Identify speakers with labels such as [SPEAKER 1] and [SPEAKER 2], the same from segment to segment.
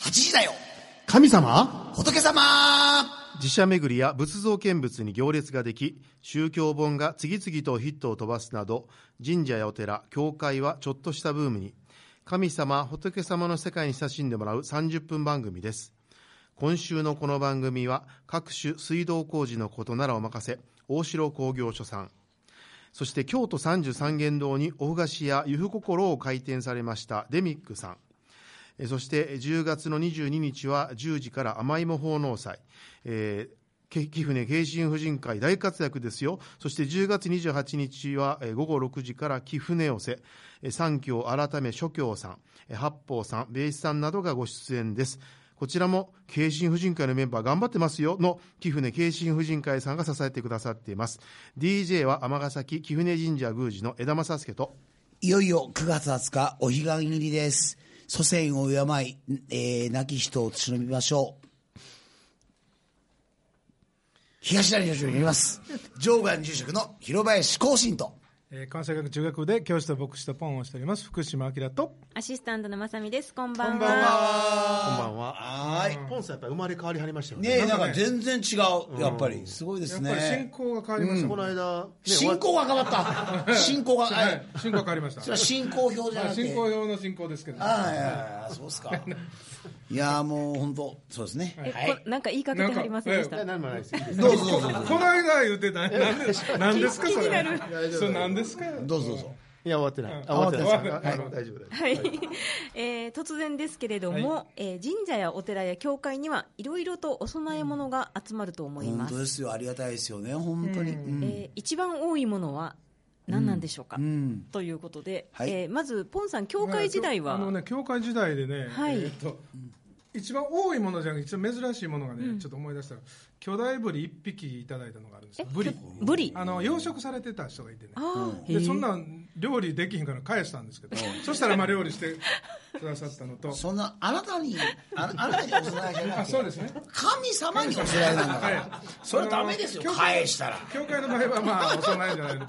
[SPEAKER 1] 8時だよ
[SPEAKER 2] 神様
[SPEAKER 1] 仏様
[SPEAKER 2] 寺社巡りや仏像見物に行列ができ宗教本が次々とヒットを飛ばすなど神社やお寺教会はちょっとしたブームに神様仏様の世界に親しんでもらう30分番組です今週のこの番組は各種水道工事のことならお任せ大城工業所さんそして京都三十三間堂におふ菓子やゆふ心を開店されましたデミックさんえーそしてえー10月の22日は10時から甘いも奉納祭、えー、け貴船慶心婦人会大活躍ですよそして10月28日はえー午後6時から貴船寄せえー三教改め諸教さんえー八方さん米子さんなどがご出演ですこちらも慶心婦人会のメンバー頑張ってますよの貴船慶心婦人会さんが支えてくださっています DJ は尼崎貴船神社宮司の枝正輔と
[SPEAKER 1] いよいよ9月20日、お彼岸入りです。祖先を敬い、えー亡き人を忍びましょう。東谷義郎によります。上岸住職の広林光信と。
[SPEAKER 3] えー関西学中学部で教師と牧師とポンをしております福島明と
[SPEAKER 4] アシスタントのまさみです。こんば
[SPEAKER 2] こん
[SPEAKER 4] んは。
[SPEAKER 2] ばんは
[SPEAKER 1] はー
[SPEAKER 2] ポンさんやっぱり生まれ変わりはりましたよ
[SPEAKER 1] い。ねえ、なんか全然違う。やっぱり、すごいです
[SPEAKER 3] やっぱり進
[SPEAKER 1] ね。
[SPEAKER 3] 行が変わりました
[SPEAKER 2] この間、ね、
[SPEAKER 1] 進行が変わった。進 行が、は
[SPEAKER 3] はいい、進行変わりました
[SPEAKER 1] それは進行表じゃなくて。
[SPEAKER 3] 進行用の進行ですけど
[SPEAKER 1] ああいやいや、そうっす か。いや、もう本当、そうですね。
[SPEAKER 4] え、
[SPEAKER 1] はい。
[SPEAKER 4] こなんか言いかけてはりませんでした。
[SPEAKER 2] 終わっ何もないです。
[SPEAKER 1] どうぞどうぞ
[SPEAKER 3] この間言ってたなんでなんですかそれそれなんですか
[SPEAKER 1] どうぞどうぞ。
[SPEAKER 2] いや、終わってない。あ
[SPEAKER 3] あ
[SPEAKER 2] 終わって
[SPEAKER 3] 終わ
[SPEAKER 2] な
[SPEAKER 3] っ
[SPEAKER 2] い
[SPEAKER 3] てな
[SPEAKER 2] で
[SPEAKER 3] い
[SPEAKER 2] す。あ大丈夫です。
[SPEAKER 4] はい、えー突然ですけれども、えー神社やお寺や教会にはいろいろとお供え物が集まると思い
[SPEAKER 1] 本
[SPEAKER 4] ま
[SPEAKER 1] 当
[SPEAKER 4] す、
[SPEAKER 1] ですよ。ありがたいですよね。本当に。うん
[SPEAKER 4] えー一番多いものは何なんでしょうか、
[SPEAKER 1] ん
[SPEAKER 4] ということで、
[SPEAKER 1] はい
[SPEAKER 4] えーまずポンさん教会時代は、
[SPEAKER 3] あのね教会時代でね、
[SPEAKER 4] はい
[SPEAKER 3] えーっと一番多いものじゃなくて一番珍しいものがね、ちょっと思い出したら巨大ブリ一匹いただいたのがあるんです
[SPEAKER 4] え
[SPEAKER 3] よブリ
[SPEAKER 4] きょブリ
[SPEAKER 3] あの養殖されてた人がいてね
[SPEAKER 4] あーへ
[SPEAKER 3] で
[SPEAKER 4] ー
[SPEAKER 3] そんなん料理できひんから返したんですけどそしたらまあ料理して くださったのと
[SPEAKER 1] そんな、あなたに、ああなたにお供えじゃな
[SPEAKER 3] あ
[SPEAKER 1] く
[SPEAKER 3] そう
[SPEAKER 1] て、
[SPEAKER 3] ですね
[SPEAKER 1] 神様にお供えなんだか
[SPEAKER 3] は
[SPEAKER 1] ら
[SPEAKER 3] い。
[SPEAKER 1] それはダメですよ。
[SPEAKER 3] あの教会
[SPEAKER 1] 返したら。
[SPEAKER 3] 教会の場合はまあお供えじゃないの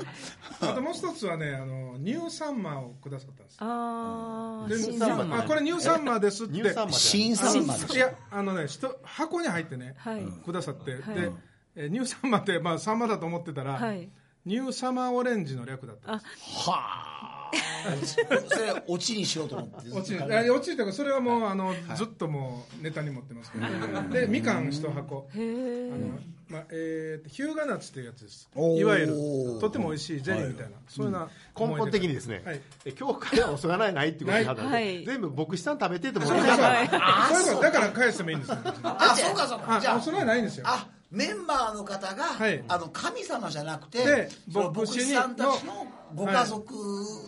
[SPEAKER 3] あともう一つはねあのニューサンマーをくださったんです
[SPEAKER 4] あー
[SPEAKER 3] で
[SPEAKER 4] 新
[SPEAKER 2] 参
[SPEAKER 4] 参
[SPEAKER 2] 拝
[SPEAKER 3] あこれニューサンマーですって
[SPEAKER 2] ニューサンマじゃない
[SPEAKER 1] 新さんまで
[SPEAKER 3] いやあのね人箱に入ってね、
[SPEAKER 4] はい
[SPEAKER 3] くださって、
[SPEAKER 4] はい
[SPEAKER 3] でえーニューサンマって、まあ、サンマだと思ってたら、
[SPEAKER 4] はい
[SPEAKER 3] ニューサマーオレンジの略だったんです
[SPEAKER 1] はあ。 それ、オチにしようと思って。
[SPEAKER 3] 落ちるいや落ちるというかそれはもうあの、ずっともうネタに持ってますけど、でみかん一箱
[SPEAKER 4] へー
[SPEAKER 3] あの、まあえー、日向夏というやつです
[SPEAKER 1] おー
[SPEAKER 3] いわゆるとても美味しいゼリーみたいな、そういうような
[SPEAKER 2] 根
[SPEAKER 3] 思い出
[SPEAKER 2] 本的にですね、
[SPEAKER 3] はい
[SPEAKER 2] え教会は襲わないないってことになったんで、
[SPEAKER 4] はい
[SPEAKER 2] 全部牧師さん食べてっても
[SPEAKER 3] そう
[SPEAKER 2] ら
[SPEAKER 3] そ
[SPEAKER 2] っ
[SPEAKER 3] うそう
[SPEAKER 2] たから、
[SPEAKER 3] そういうことだから返してもいいんですよ
[SPEAKER 1] あ、そうかそうか。
[SPEAKER 3] あ
[SPEAKER 1] じゃ
[SPEAKER 3] お
[SPEAKER 1] あ、
[SPEAKER 3] 供えないんですよ
[SPEAKER 1] あ、メンバーの方が
[SPEAKER 3] はい、
[SPEAKER 1] あの、神様じゃなくて
[SPEAKER 3] で、
[SPEAKER 1] その牧
[SPEAKER 3] 牧師に
[SPEAKER 1] 師さんたちのご家族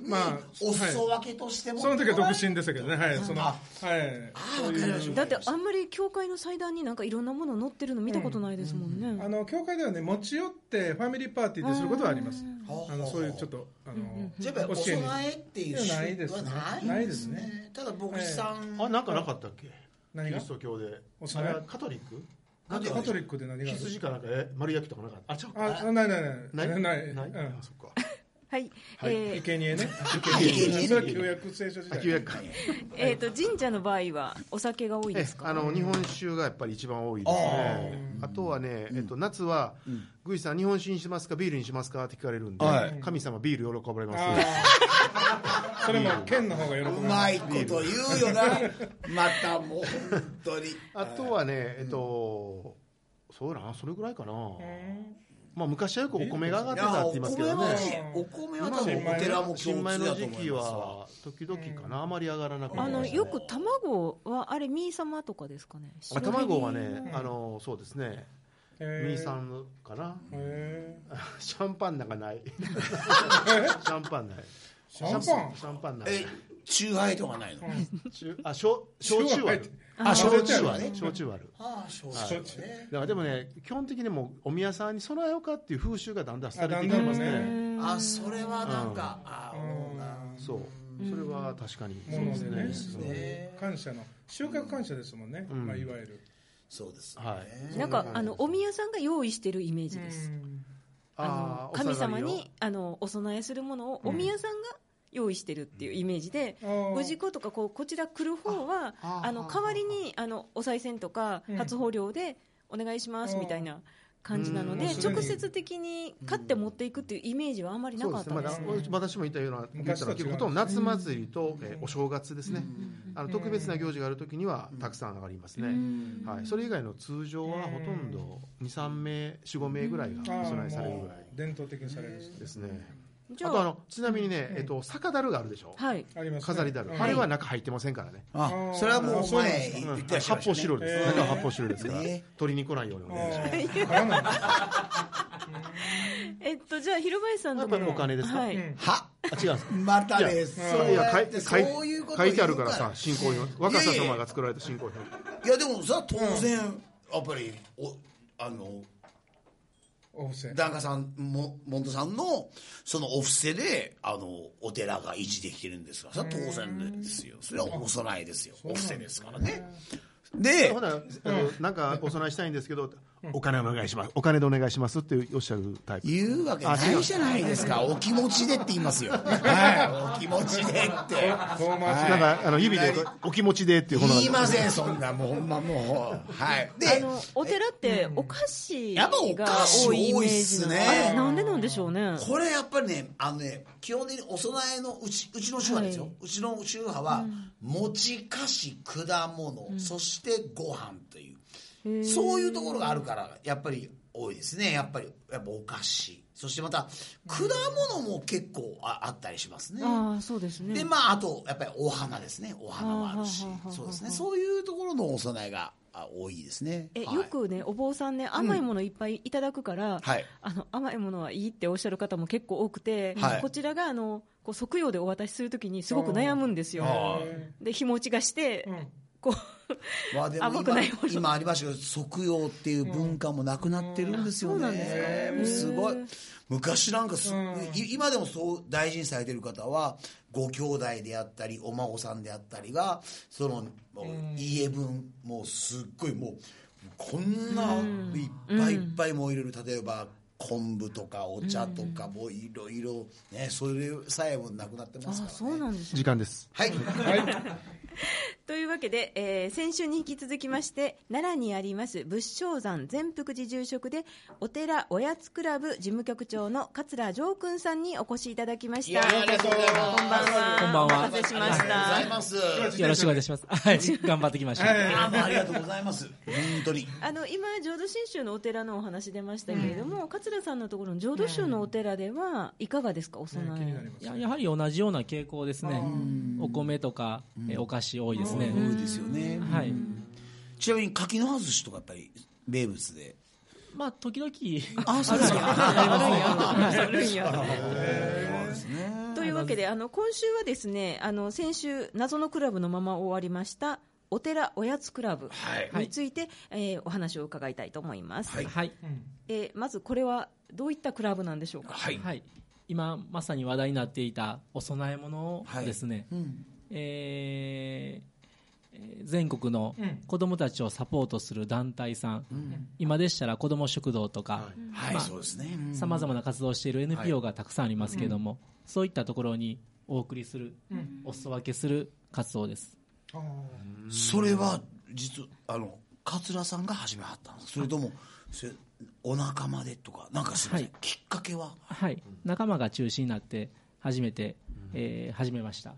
[SPEAKER 1] に
[SPEAKER 3] まあ
[SPEAKER 1] お裾分けとしても。
[SPEAKER 3] その時は独身でしたけどねはいその
[SPEAKER 1] あ
[SPEAKER 3] はい
[SPEAKER 1] あ、わかりました。
[SPEAKER 4] だってあんまり教会の祭壇になんかいろんなもの載ってるの見たことないですもんね、
[SPEAKER 3] あの教会ではね持ち寄ってファミリーパーティーですることはあります
[SPEAKER 1] ほう
[SPEAKER 3] あのそういうちょっとあの
[SPEAKER 1] じゃあやっぱりお
[SPEAKER 3] 教えに
[SPEAKER 1] 供えっていう習慣はないんですね。ただ牧師さん、
[SPEAKER 2] あなんかなかったっけ
[SPEAKER 3] 何
[SPEAKER 2] キ
[SPEAKER 3] が
[SPEAKER 2] リスト教で
[SPEAKER 3] お
[SPEAKER 2] あ
[SPEAKER 3] 供え
[SPEAKER 2] れはカトリック
[SPEAKER 3] なんでカトリックで何がある
[SPEAKER 2] 羊かなんかえ丸焼きとかなかったあちょっと
[SPEAKER 3] あないない
[SPEAKER 2] な
[SPEAKER 3] ないい
[SPEAKER 2] ない
[SPEAKER 3] ないうん
[SPEAKER 2] あそっか
[SPEAKER 4] はい、えー
[SPEAKER 3] 生贄ね
[SPEAKER 2] 贄
[SPEAKER 3] それは旧約聖書時
[SPEAKER 2] あ
[SPEAKER 3] 代
[SPEAKER 2] 旧約か
[SPEAKER 4] えー、と神社の場合はお酒が多い
[SPEAKER 2] え
[SPEAKER 4] ですか
[SPEAKER 2] あの日本酒がやっぱり一番多いですねあとはね、えっと、夏は、グイさん日本酒にしますかビールにしますかって聞かれるんで、
[SPEAKER 1] は
[SPEAKER 2] 神様ビール喜ばれます、
[SPEAKER 3] あーそれも剣の方が喜
[SPEAKER 1] う
[SPEAKER 3] ぶ
[SPEAKER 1] まいこと言うよな。またもう本当に。
[SPEAKER 2] あとはね、えっと、そうだな、それぐらいかな。まあ、昔はよくお米が上がってたって言いますけど
[SPEAKER 1] いや
[SPEAKER 2] ね。
[SPEAKER 1] お米はね、お米は多分お寺も
[SPEAKER 2] 新
[SPEAKER 1] 共
[SPEAKER 2] 米
[SPEAKER 1] 通だ
[SPEAKER 2] の
[SPEAKER 1] と
[SPEAKER 2] 時
[SPEAKER 1] 思
[SPEAKER 2] 期
[SPEAKER 1] いますわ。
[SPEAKER 2] は、時々かな、あまり上がらなくな
[SPEAKER 4] あ
[SPEAKER 2] りま
[SPEAKER 4] の
[SPEAKER 2] した
[SPEAKER 4] よく卵はあれミー様とかですかね
[SPEAKER 2] あ卵は
[SPEAKER 4] 白
[SPEAKER 2] ね
[SPEAKER 4] 身、
[SPEAKER 2] あの、そうですね。
[SPEAKER 3] ミ
[SPEAKER 2] ミーさんかな。 シャンパンなんか ない。シャンパンない。
[SPEAKER 3] シャンパン
[SPEAKER 2] シャンパンない。
[SPEAKER 1] え、酎ハイとかないの
[SPEAKER 2] 中あ、焼焼酎
[SPEAKER 3] 入っ
[SPEAKER 2] 割
[SPEAKER 3] て
[SPEAKER 2] る。
[SPEAKER 1] あ、焼酎は
[SPEAKER 2] 割
[SPEAKER 1] ね
[SPEAKER 2] る。。焼酎割る。
[SPEAKER 1] あ、焼酎ね。
[SPEAKER 2] だからでもね、基本的にもうお宮さんに備えようかっていう風習がだんだんされてきてます
[SPEAKER 3] あだんだん
[SPEAKER 2] ね
[SPEAKER 3] ね。
[SPEAKER 1] あ、それはなんか、あ、もうな。
[SPEAKER 2] そう、それは確かに。
[SPEAKER 3] ものでね
[SPEAKER 2] そう
[SPEAKER 1] ね
[SPEAKER 3] 感謝の収穫感謝ですもんねまあいわゆる
[SPEAKER 1] そうです。
[SPEAKER 2] はい。
[SPEAKER 4] なんかあのお宮さんが用意してるイメージです、あの
[SPEAKER 2] あー
[SPEAKER 4] 神
[SPEAKER 2] お下が
[SPEAKER 4] 様
[SPEAKER 2] りを
[SPEAKER 4] にあのお供えするものをお宮さんが用意してるっていうイメージで、
[SPEAKER 3] ご
[SPEAKER 4] ご実行とかこうこちら来る方は
[SPEAKER 2] あ
[SPEAKER 4] あ
[SPEAKER 2] あ
[SPEAKER 4] の
[SPEAKER 2] あ
[SPEAKER 4] 代わりにあのお賽銭とか
[SPEAKER 3] うん
[SPEAKER 4] 初豊漁でお願いしますみたいな感じなの
[SPEAKER 2] う
[SPEAKER 4] で
[SPEAKER 2] ん
[SPEAKER 4] 直接的に買って持っていくっていうイメージはあんまりな
[SPEAKER 2] そう
[SPEAKER 4] か
[SPEAKER 2] で
[SPEAKER 4] っ
[SPEAKER 2] すね
[SPEAKER 4] た
[SPEAKER 2] ま
[SPEAKER 4] ん
[SPEAKER 2] あ
[SPEAKER 4] で
[SPEAKER 2] な
[SPEAKER 4] すね。
[SPEAKER 2] 私も言ったような言った
[SPEAKER 3] 昔と
[SPEAKER 2] ら
[SPEAKER 3] は違
[SPEAKER 2] ほ
[SPEAKER 3] う
[SPEAKER 2] とんど夏祭りと、えーお正月ですね、
[SPEAKER 1] うん
[SPEAKER 2] あの特別な行事があるときにはたくさん上がりますね、
[SPEAKER 4] うん
[SPEAKER 2] はい、それ以外の通常はほとんど23名45名ぐらいが
[SPEAKER 3] あ
[SPEAKER 2] お
[SPEAKER 3] ー
[SPEAKER 2] 供えされるぐら
[SPEAKER 3] も
[SPEAKER 2] いう
[SPEAKER 3] 伝統的にされるんですね
[SPEAKER 2] ですね
[SPEAKER 4] じ
[SPEAKER 2] あ
[SPEAKER 4] ゃ
[SPEAKER 2] とあ
[SPEAKER 4] あ
[SPEAKER 2] のちなみにね、
[SPEAKER 3] うん
[SPEAKER 2] えっと、酒樽があるでしょ、
[SPEAKER 4] はい
[SPEAKER 3] ありますね
[SPEAKER 2] 飾り樽、
[SPEAKER 3] うん
[SPEAKER 2] あれは中入ってませんからね、
[SPEAKER 1] あ、それはもう前
[SPEAKER 2] うん
[SPEAKER 1] 言ってらっしゃいま
[SPEAKER 2] 発
[SPEAKER 1] した
[SPEAKER 2] 泡
[SPEAKER 1] ね
[SPEAKER 2] 白です、
[SPEAKER 3] えー
[SPEAKER 2] 中は発泡白ですから、
[SPEAKER 1] ね
[SPEAKER 2] 取りに来ないようにお
[SPEAKER 3] あ
[SPEAKER 2] 願いします
[SPEAKER 3] ー払わないんです
[SPEAKER 4] えっとじゃあ広林さん
[SPEAKER 2] やっ
[SPEAKER 4] と
[SPEAKER 2] ぱ
[SPEAKER 4] こ
[SPEAKER 2] り
[SPEAKER 4] の
[SPEAKER 2] お金ですか、
[SPEAKER 4] はい
[SPEAKER 3] うん
[SPEAKER 1] は
[SPEAKER 2] あ違うんです
[SPEAKER 1] またね、
[SPEAKER 2] い
[SPEAKER 1] そう
[SPEAKER 2] いや
[SPEAKER 1] や
[SPEAKER 2] 書
[SPEAKER 1] っ
[SPEAKER 2] い
[SPEAKER 1] て
[SPEAKER 2] 書い
[SPEAKER 1] そういうこと
[SPEAKER 2] 書いてあ
[SPEAKER 1] 言
[SPEAKER 2] る
[SPEAKER 1] う
[SPEAKER 2] からさ信仰表若狭様が作られた信仰表
[SPEAKER 1] いやでもさ当然、やっぱりおあの
[SPEAKER 3] お布施
[SPEAKER 1] 檀家さんもモンドさんのそのお布施であのお寺が維持できてるんですからさ当然ですよそれはお供えですよお布施ですからねで
[SPEAKER 2] ほな、あのなんかお供えしたいんですけど、お金お願いしますお金でお願いしますっておっしゃるタイプ
[SPEAKER 1] 言うわけないじゃないですかお気持ちでって言います よはいお気持ちでって
[SPEAKER 3] 遠回し
[SPEAKER 2] なんかあの指でこうお気持ちでっていうこの
[SPEAKER 1] 言いませんそんなもうほんまもうはいで
[SPEAKER 4] あのお寺ってお菓子
[SPEAKER 1] やっぱ
[SPEAKER 4] が
[SPEAKER 1] お菓子
[SPEAKER 4] 多いイメージなの
[SPEAKER 1] 多いっすね
[SPEAKER 4] あれなんでなんでしょうね。
[SPEAKER 1] これやっぱりねあのね基本的にお供えのうちうちの宗派ですよ、
[SPEAKER 4] はいう
[SPEAKER 1] ちの宗派は、餅菓子果物、そしてご飯という
[SPEAKER 4] へえ
[SPEAKER 1] そういうところがあるからやっぱり多いですねやっぱりやっぱお菓子そしてまた果物も結構ああったりしますね
[SPEAKER 4] ああそうですね。
[SPEAKER 1] でまああとやっぱりお花ですねお花もあるし
[SPEAKER 4] はあはあはあはあ
[SPEAKER 1] そうですねそういうところのお供えがあ多いですね
[SPEAKER 4] え
[SPEAKER 1] はい
[SPEAKER 4] よくねお坊さんね甘いものいっぱいいただくから、
[SPEAKER 1] はい
[SPEAKER 4] あの甘いものはいいっておっしゃる方も結構多くて、
[SPEAKER 1] はい
[SPEAKER 4] こちらがあのこう即用でお渡しするときにすごく悩むんですよ
[SPEAKER 1] あ
[SPEAKER 4] で日持ちがして、
[SPEAKER 3] うん
[SPEAKER 4] こ
[SPEAKER 1] まあでも
[SPEAKER 4] 甘く
[SPEAKER 1] 今
[SPEAKER 4] ないもの
[SPEAKER 1] 今ありましたけど即用っていう文化もなくなってるんですよね、
[SPEAKER 4] うんあそうなんですか
[SPEAKER 1] えーすごい
[SPEAKER 4] へー
[SPEAKER 1] 昔なんかす、
[SPEAKER 3] うん
[SPEAKER 1] い今でもそう大事にされてる方はご兄弟であったりお孫さんであったりがそのもう家分もうすっごいもうこんないっぱいいっぱいもういろいろ例えば昆布とかお茶とかもういろいろねそれさえもなくなって
[SPEAKER 4] うあ
[SPEAKER 1] ますか
[SPEAKER 4] そ
[SPEAKER 1] ら
[SPEAKER 4] う
[SPEAKER 1] ね
[SPEAKER 4] なんですね
[SPEAKER 2] 時間です
[SPEAKER 1] はい
[SPEAKER 4] というわけで、えー先週に引き続きまして奈良にあります仏生山善福寺住職でお寺おやつクラブ事務局長の桂城君さんにお越しいただきまし
[SPEAKER 1] い
[SPEAKER 4] た
[SPEAKER 1] やありがとうございます
[SPEAKER 4] こんばんは
[SPEAKER 5] こんばんは
[SPEAKER 4] お待たせしま
[SPEAKER 1] あ
[SPEAKER 4] し
[SPEAKER 1] りがとうござい
[SPEAKER 4] た
[SPEAKER 1] ます
[SPEAKER 5] よろしくお願いします。はい、頑張ってきました。
[SPEAKER 3] はい
[SPEAKER 1] あーもうありがとうございます本当に
[SPEAKER 4] あの今、浄土真宗のお寺のお話出ましたけれども、桂さんのところの浄土宗のお寺ではいかがですか、お供
[SPEAKER 3] 気になり
[SPEAKER 4] え。
[SPEAKER 3] ます
[SPEAKER 5] いややはり同じような傾向ですね。お米とか、えお菓子多いですね。
[SPEAKER 1] 多いですよね、
[SPEAKER 5] はい。
[SPEAKER 1] ちなみに柿の葉寿司とかやっぱり名物で
[SPEAKER 5] まあ時々
[SPEAKER 1] あそうですか
[SPEAKER 4] あるんや
[SPEAKER 1] ですね
[SPEAKER 4] というわけで、あの今週はですね、あの先週謎のクラブのまま終わりました。お寺おやつクラブ
[SPEAKER 1] はい
[SPEAKER 4] について、えーお話を伺いたいと思います。
[SPEAKER 1] はい
[SPEAKER 5] はい、
[SPEAKER 4] えーまずこれはどういったクラブなんでしょうか。
[SPEAKER 1] はい、
[SPEAKER 5] はい。今まさに話題になっていたお供え物をですね、
[SPEAKER 1] うん、
[SPEAKER 5] えーえー全国の
[SPEAKER 3] うん
[SPEAKER 5] 子どもたちをサポートする団体さん、今でしたら子ども食堂とか、
[SPEAKER 1] はい、
[SPEAKER 5] まあ
[SPEAKER 1] そうですね、
[SPEAKER 5] さまざまな活動をしている NPO がたくさんありますけれども、そういったところにお送りする、お裾分けする活動です。
[SPEAKER 3] あー
[SPEAKER 1] それは実はあの桂さんが始めはったんですそれともそれお仲間でとかなんかすみません、
[SPEAKER 5] はい
[SPEAKER 1] きっかけは
[SPEAKER 5] はい、仲間が中心になって初めて、えー始めました。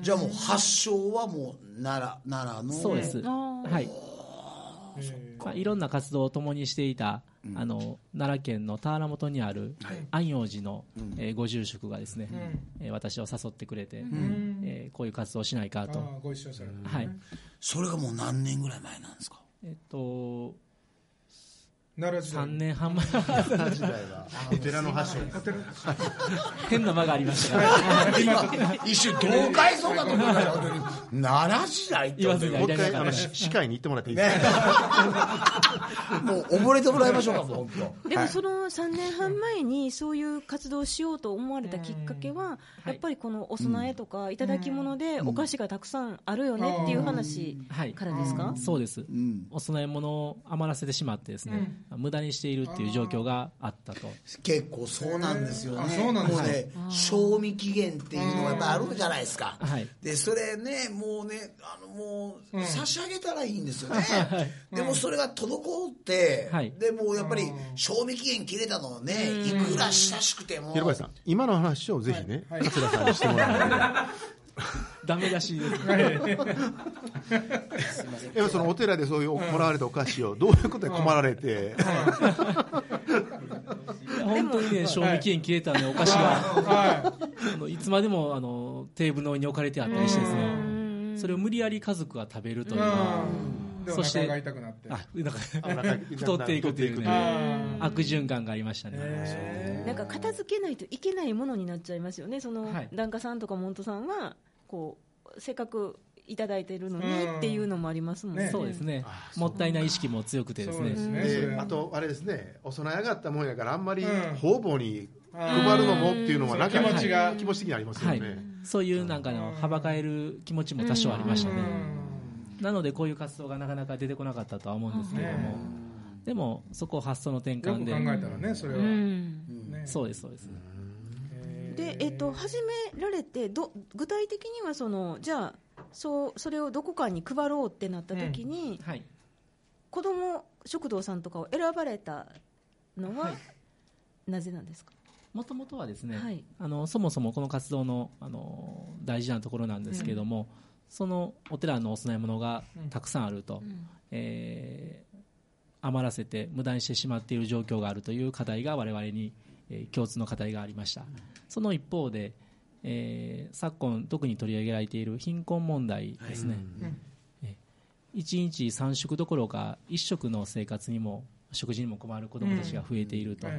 [SPEAKER 1] じゃあもう発祥はもう奈良奈良の
[SPEAKER 5] そうです。
[SPEAKER 4] あー
[SPEAKER 5] はい。
[SPEAKER 3] え
[SPEAKER 5] まあ、いろんな活動を共にしていた、あの奈良県の田原本にある安養寺の、えーご住職がですね、えー私を誘ってくれて、えーこういう活動をしないか
[SPEAKER 3] ー
[SPEAKER 5] と。
[SPEAKER 3] あーご一緒された
[SPEAKER 5] はい。
[SPEAKER 1] それがもう何年ぐらい前なんですか
[SPEAKER 5] えっと
[SPEAKER 3] 奈良時代
[SPEAKER 5] 3年半前
[SPEAKER 2] 時代はお寺の発祥です
[SPEAKER 5] 変な間がありましたが、
[SPEAKER 1] 今一瞬同階層かと思ったら本当に奈良時代って
[SPEAKER 5] 言わずに
[SPEAKER 2] もう
[SPEAKER 5] 間
[SPEAKER 2] 一
[SPEAKER 5] にな
[SPEAKER 2] 回
[SPEAKER 5] か
[SPEAKER 2] あ
[SPEAKER 5] っ
[SPEAKER 2] の
[SPEAKER 5] た
[SPEAKER 2] し市会に行ってもらっていいですか、
[SPEAKER 1] もう溺れてもらいましょうかもう本当
[SPEAKER 4] でもその3年半前にそういう活動をしようと思われたきっかけは、
[SPEAKER 5] うん
[SPEAKER 4] やっぱりこのお供えとか、いただき物でお菓子がたくさんあるよねっていう話
[SPEAKER 5] はい
[SPEAKER 4] からですか、
[SPEAKER 5] そうです
[SPEAKER 1] うん
[SPEAKER 5] お供え物を余らせてしまってですね、
[SPEAKER 3] うん
[SPEAKER 5] 無駄にしているっていう状況があったと。
[SPEAKER 1] 結構そうなんですよね、
[SPEAKER 3] あそうなんです
[SPEAKER 1] もう
[SPEAKER 3] か
[SPEAKER 1] ね賞味期限っていうのがやっぱあるじゃないですか、
[SPEAKER 5] はい
[SPEAKER 1] でそれねもうねあのもう差し上げたらいいんです よね、でもそれが滞って、
[SPEAKER 5] はい
[SPEAKER 1] でもうやっぱり賞味期限切れたのをねいくら親しくても
[SPEAKER 2] 平林さん今の話をぜひね、桂さんにしてもらうので
[SPEAKER 5] ダメ出しです。
[SPEAKER 2] やっぱそのお寺でそういうもらわれたお菓子をどういうことで困られて、
[SPEAKER 5] 本当にね、賞味期限切れたね、お菓子が、あのいつまでもあのテーブルの上に置かれてあったりしてですね、それを無理やり家族が食べるという、あ
[SPEAKER 3] うんでお
[SPEAKER 5] そして
[SPEAKER 3] 腹が痛くなって
[SPEAKER 5] なんか
[SPEAKER 2] 腹が痛くなる
[SPEAKER 5] 太っていくという
[SPEAKER 2] 太って
[SPEAKER 5] ね、悪循環がありましたね。
[SPEAKER 4] なんか片付けないといけないものになっちゃいますよね、その
[SPEAKER 5] はい
[SPEAKER 4] 檀家さんとかモントさんはこうせっかくいただいてるのに
[SPEAKER 3] うん
[SPEAKER 4] っていうのもありますもんね。
[SPEAKER 3] ね
[SPEAKER 5] そうですね、もったいない意識も強くてです
[SPEAKER 3] そうです
[SPEAKER 5] ね、
[SPEAKER 3] ねそれ
[SPEAKER 2] で
[SPEAKER 3] は
[SPEAKER 2] あとあれですねお供え上がったもんやからあんまり
[SPEAKER 3] うん
[SPEAKER 2] 方々に
[SPEAKER 3] あー
[SPEAKER 2] 配るのもっていうのはなんか
[SPEAKER 3] 気持ちが
[SPEAKER 2] 気持ち的にありますよ
[SPEAKER 5] はい
[SPEAKER 2] ね、、
[SPEAKER 5] そういうなんかの、はばかえる気持ちも多少ありました
[SPEAKER 3] う
[SPEAKER 5] ね。
[SPEAKER 3] ん
[SPEAKER 5] なのでこういう活動がなかなか出てこなかったとは思うんですけれども、でもそこを発想の転
[SPEAKER 3] よ
[SPEAKER 5] 換
[SPEAKER 3] く
[SPEAKER 5] で
[SPEAKER 3] 考えたらねそれは
[SPEAKER 4] うん
[SPEAKER 3] ね
[SPEAKER 5] そうですそうです、
[SPEAKER 4] で、えっと、始められてど具体的にはそのじゃあそうそれをどこかに配ろうってなった時に、
[SPEAKER 5] はい
[SPEAKER 4] 子ども食堂さんとかを選ばれたのは、なぜなんですか、
[SPEAKER 5] もともとはですね、
[SPEAKER 4] はい
[SPEAKER 5] あのそもそもこの活動のあの大事なところなんですけれども、そのお寺のお供え物がたくさんあると、えー余らせて無駄にしてしまっている状況があるという課題が我々に、えー共通の課題がありました、その一方で、えー昨今特に取り上げられている貧困問題ですね、えー一日3食どころか1食の生活にも食事にも困る子どもたちが増えていると、
[SPEAKER 3] はい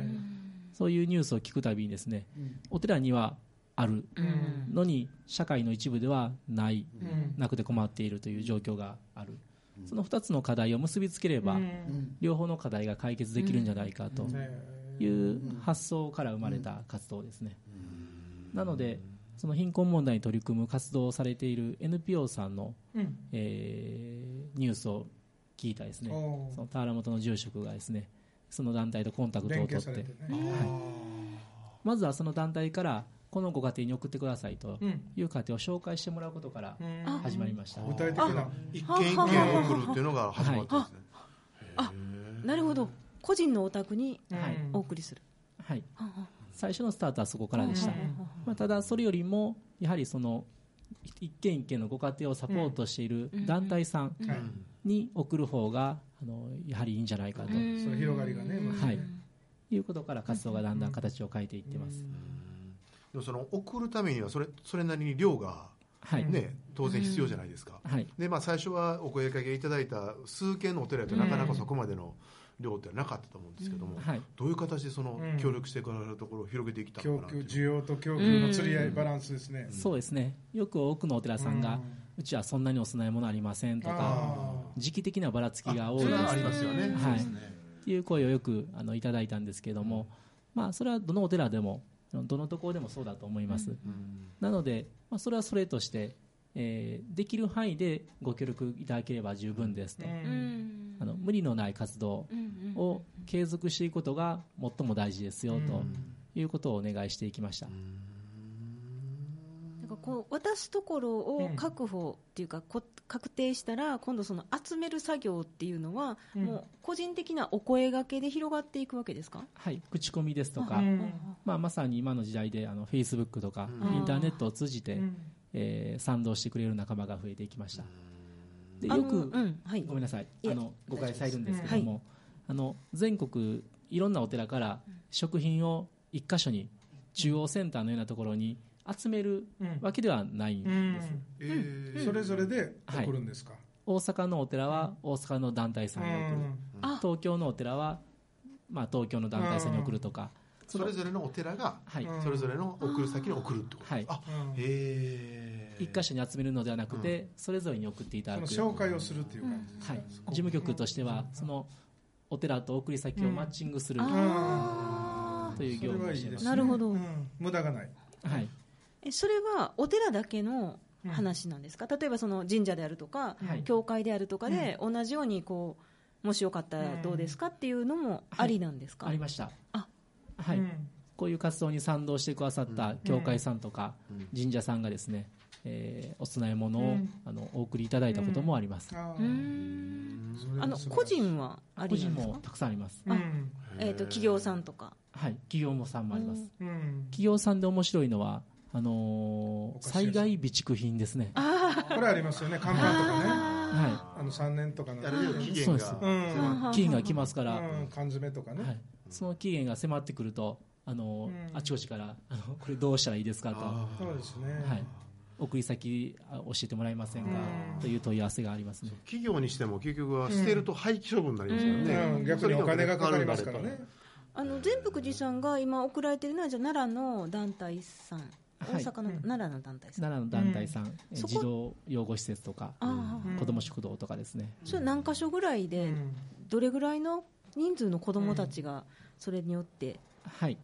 [SPEAKER 5] そういうニュースを聞くたびにですね、お寺にはあるのに社会の一部ではない、
[SPEAKER 3] うん
[SPEAKER 5] なくて困っているという状況がある、その2つの課題を結びつければ、両方の課題が解決できるんじゃないかという発想から生まれた活動ですね。なのでその貧困問題に取り組む活動をされている NPO さんの、
[SPEAKER 3] うん
[SPEAKER 5] えーニュースを聞いたですね
[SPEAKER 3] おー
[SPEAKER 5] その田原本の住職がですねその団体とコンタクト
[SPEAKER 3] 連
[SPEAKER 5] を取
[SPEAKER 3] 携さ
[SPEAKER 5] っ
[SPEAKER 3] れ
[SPEAKER 5] て
[SPEAKER 3] てね
[SPEAKER 5] まずはその団体からこのご家庭に送ってくださいと
[SPEAKER 3] うん
[SPEAKER 5] いう家庭を紹介してもらうことから
[SPEAKER 3] うん
[SPEAKER 5] 始まりました、
[SPEAKER 3] 具体的な
[SPEAKER 2] 一軒一軒送るっていうのが始まったんですね、
[SPEAKER 4] なるほど個人のお宅に
[SPEAKER 5] はい
[SPEAKER 3] うん
[SPEAKER 4] お送りする、
[SPEAKER 5] はい、最初のスタートはそこからでした、まあ、ただそれよりもやはりその一軒一軒のご家庭をサポートしている団体さん
[SPEAKER 3] はい
[SPEAKER 5] に送る方があのやはりいいんじゃないかと、
[SPEAKER 3] その広がりがねまず
[SPEAKER 5] はい、いうことから活動がだんだん形を変えていってます、
[SPEAKER 2] でもその送るためにはそれそれなりに量が、
[SPEAKER 5] はい、
[SPEAKER 2] ね、当然必要じゃないですか、
[SPEAKER 5] はい
[SPEAKER 2] でまあ、最初はお声かけいただいた数件のお寺だとなかなかそこまでの量ってなかったと思うんですけども、
[SPEAKER 5] はい
[SPEAKER 2] どういう形でその
[SPEAKER 3] うん
[SPEAKER 2] 協力してくれるところを広げていきたのか
[SPEAKER 3] 供
[SPEAKER 2] なって
[SPEAKER 3] 給
[SPEAKER 2] いう
[SPEAKER 3] 需要と供給の釣り合いバランスですね
[SPEAKER 5] そうですねよく多くのお寺さんが、うちはそんなにお供え物ありませんとか
[SPEAKER 3] あ
[SPEAKER 5] 時期的なばらつきが多い
[SPEAKER 2] そ
[SPEAKER 5] で
[SPEAKER 2] れはあ
[SPEAKER 5] す
[SPEAKER 2] りますよね、
[SPEAKER 5] はい
[SPEAKER 2] そうですね
[SPEAKER 5] っていう声をよくあのいただいたんですけども、まあ、それはどのお寺でもどのところでもそうだと思います、なので、まあ、それはそれとして、えーできる範囲でご協力いただければ十分ですと、
[SPEAKER 3] ー
[SPEAKER 5] あの無理のない活動を継続していくことが最も大事ですよということをお願いしていきました、
[SPEAKER 4] なんかこう渡すところを確保っていうか、こ確定したら今度その集める作業っていうのは、もう個人的なお声掛けで広がっていくわけですか
[SPEAKER 5] はい、口コミですとか、
[SPEAKER 3] うん
[SPEAKER 5] まあ、まさに今の時代であの Facebook とか
[SPEAKER 4] ん
[SPEAKER 5] インターネットを通じて、
[SPEAKER 3] ん
[SPEAKER 5] えー賛同してくれる仲間が増えていきましたで
[SPEAKER 4] あ
[SPEAKER 5] よ
[SPEAKER 4] の
[SPEAKER 5] く、
[SPEAKER 4] うんはい
[SPEAKER 5] ごめんなさい
[SPEAKER 4] いえ
[SPEAKER 5] あの誤解されるんですけ
[SPEAKER 4] は
[SPEAKER 5] ど
[SPEAKER 4] い
[SPEAKER 5] も、あの全国いろんなお寺から食品を一箇所に中央センターのようなところに集めるわけではないんです、
[SPEAKER 2] えー
[SPEAKER 3] それぞれで送るんですか
[SPEAKER 5] 大阪のお寺は大阪の団体さんに送る、
[SPEAKER 4] あ
[SPEAKER 5] 東京のお寺は、まあ、東京の団体さんに送るとか、
[SPEAKER 2] それぞれのお寺が
[SPEAKER 5] はい
[SPEAKER 2] それぞれの送る先に送るってこと、
[SPEAKER 5] はい
[SPEAKER 2] あへえ
[SPEAKER 5] 一箇所に集めるのではなくて、それぞれに送っていただく
[SPEAKER 3] その紹介をするっていう感じです
[SPEAKER 5] はい、事務局としてはそのお寺と送り先をマッチングする
[SPEAKER 4] あ
[SPEAKER 5] という業
[SPEAKER 3] それ
[SPEAKER 5] 務
[SPEAKER 3] は
[SPEAKER 5] を
[SPEAKER 3] い
[SPEAKER 5] して
[SPEAKER 3] い
[SPEAKER 5] い
[SPEAKER 3] で
[SPEAKER 5] ますす。
[SPEAKER 3] ね
[SPEAKER 4] なるほど
[SPEAKER 3] うん無駄がない
[SPEAKER 5] はい、
[SPEAKER 4] えそれはお寺だけの話なんですか、例えばその神社であるとか、
[SPEAKER 5] はい
[SPEAKER 4] 教会であるとかで、同じようにこうもしよかったらどうですかっていうのもありなんですか、
[SPEAKER 5] ありました
[SPEAKER 4] あ
[SPEAKER 5] はい、
[SPEAKER 3] うん
[SPEAKER 5] こういう活動に賛同してくださった教会さんとか神社さんがですね、えーお供え物を、
[SPEAKER 3] うん
[SPEAKER 5] あのお送りいただいたこともあります、
[SPEAKER 3] あ
[SPEAKER 4] う
[SPEAKER 3] ー
[SPEAKER 4] ーん
[SPEAKER 3] それは素晴らしい
[SPEAKER 4] あの個人はあ
[SPEAKER 5] 個
[SPEAKER 4] りな
[SPEAKER 5] 人
[SPEAKER 4] んですか
[SPEAKER 5] もたくさんあります、
[SPEAKER 3] うん
[SPEAKER 4] えー、と企業さんとか
[SPEAKER 5] はい、企業もさんもあります、
[SPEAKER 4] うん
[SPEAKER 3] うん
[SPEAKER 5] 企業さんで面白いのはあのー
[SPEAKER 3] お菓子屋さん
[SPEAKER 5] 災害備蓄品ですね
[SPEAKER 3] これありますよね看板とかね
[SPEAKER 4] あ
[SPEAKER 5] は
[SPEAKER 3] あの3年とかの
[SPEAKER 2] あれでも期
[SPEAKER 5] そ
[SPEAKER 2] 限
[SPEAKER 5] うです
[SPEAKER 2] が
[SPEAKER 3] うん
[SPEAKER 4] ーはんはんはん
[SPEAKER 5] い期限が来ますから、
[SPEAKER 3] うん缶詰とかね、
[SPEAKER 5] はい、その期限が迫ってくるとあの、
[SPEAKER 3] うん
[SPEAKER 5] あちこちからあのこれどうしたらいいですかと、は
[SPEAKER 3] そうですね、
[SPEAKER 5] い、送り先あ教えてもらえませんか
[SPEAKER 3] うん
[SPEAKER 5] という問い合わせがありますね
[SPEAKER 2] 企業にしても結局は捨てると廃棄処分になりますからね、
[SPEAKER 3] うん逆にお金がかかりますから
[SPEAKER 2] それ
[SPEAKER 3] ね
[SPEAKER 2] が
[SPEAKER 4] あの全福寺さんが今送られてるのはじゃあ奈良の団体さん大
[SPEAKER 5] はい
[SPEAKER 4] 阪の、
[SPEAKER 3] うん
[SPEAKER 4] 奈良の団体さん
[SPEAKER 5] 奈良の団体さん、え
[SPEAKER 4] そこ
[SPEAKER 5] 児童養護施設とか、
[SPEAKER 4] ああ、
[SPEAKER 3] うん
[SPEAKER 5] 子ども食堂とかですね、
[SPEAKER 4] それ何箇所ぐらいうで
[SPEAKER 3] ん
[SPEAKER 4] どれぐらいの人数の子どもたちがそれによって、
[SPEAKER 5] はい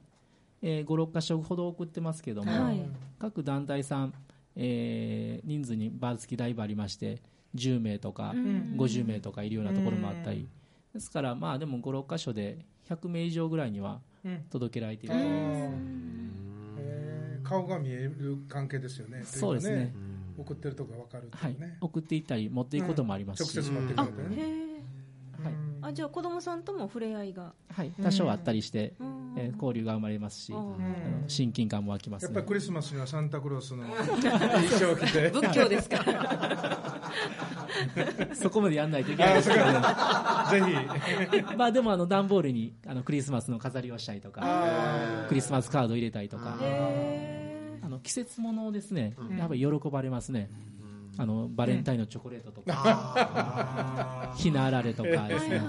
[SPEAKER 5] えー、56箇所ほど送ってますけども、
[SPEAKER 4] はい
[SPEAKER 5] 各団体さん、えー人数にばらつきだいぶありまして10名とか
[SPEAKER 4] うん
[SPEAKER 5] 50名とかいるようなところもあったり、ですからまあでも56箇所で100名以上ぐらいには
[SPEAKER 3] うん
[SPEAKER 5] 届けられてい
[SPEAKER 3] あ
[SPEAKER 5] ると、
[SPEAKER 3] ーへー顔が見える関係ですよね
[SPEAKER 5] そうですね
[SPEAKER 3] といか送ってるとこが分かるって
[SPEAKER 5] はいいう
[SPEAKER 3] ね、
[SPEAKER 5] 送っていったり持っていくこともあります
[SPEAKER 3] 直
[SPEAKER 5] し、
[SPEAKER 3] 接持ってく
[SPEAKER 4] あ
[SPEAKER 3] ると
[SPEAKER 4] へ
[SPEAKER 3] ね
[SPEAKER 4] え
[SPEAKER 5] はい
[SPEAKER 3] うん
[SPEAKER 4] あじゃあ子どもさんとも触れ合いが、
[SPEAKER 5] はい、多少はあったりして、
[SPEAKER 4] うん
[SPEAKER 5] えー交流が生まれますし、
[SPEAKER 4] あー
[SPEAKER 5] あの親近感も湧きま
[SPEAKER 3] や
[SPEAKER 5] す
[SPEAKER 3] っぱ
[SPEAKER 5] ね
[SPEAKER 3] りクリスマスにはサンタクロース の衣装を着て
[SPEAKER 4] 仏教ですから
[SPEAKER 5] そこまでやんないといけないですけどね
[SPEAKER 3] ぜひ
[SPEAKER 5] まあでもあの段ボールにあのクリスマスの飾りをしたりとかクリスマスカードを入れたりとか
[SPEAKER 4] へ
[SPEAKER 5] あの季節物をですねやっぱり喜ばれますね、あのバレンタインのチョコレートとか、 ひなあられとか
[SPEAKER 4] え
[SPEAKER 5] です
[SPEAKER 4] はいはいは
[SPEAKER 5] ね
[SPEAKER 4] い、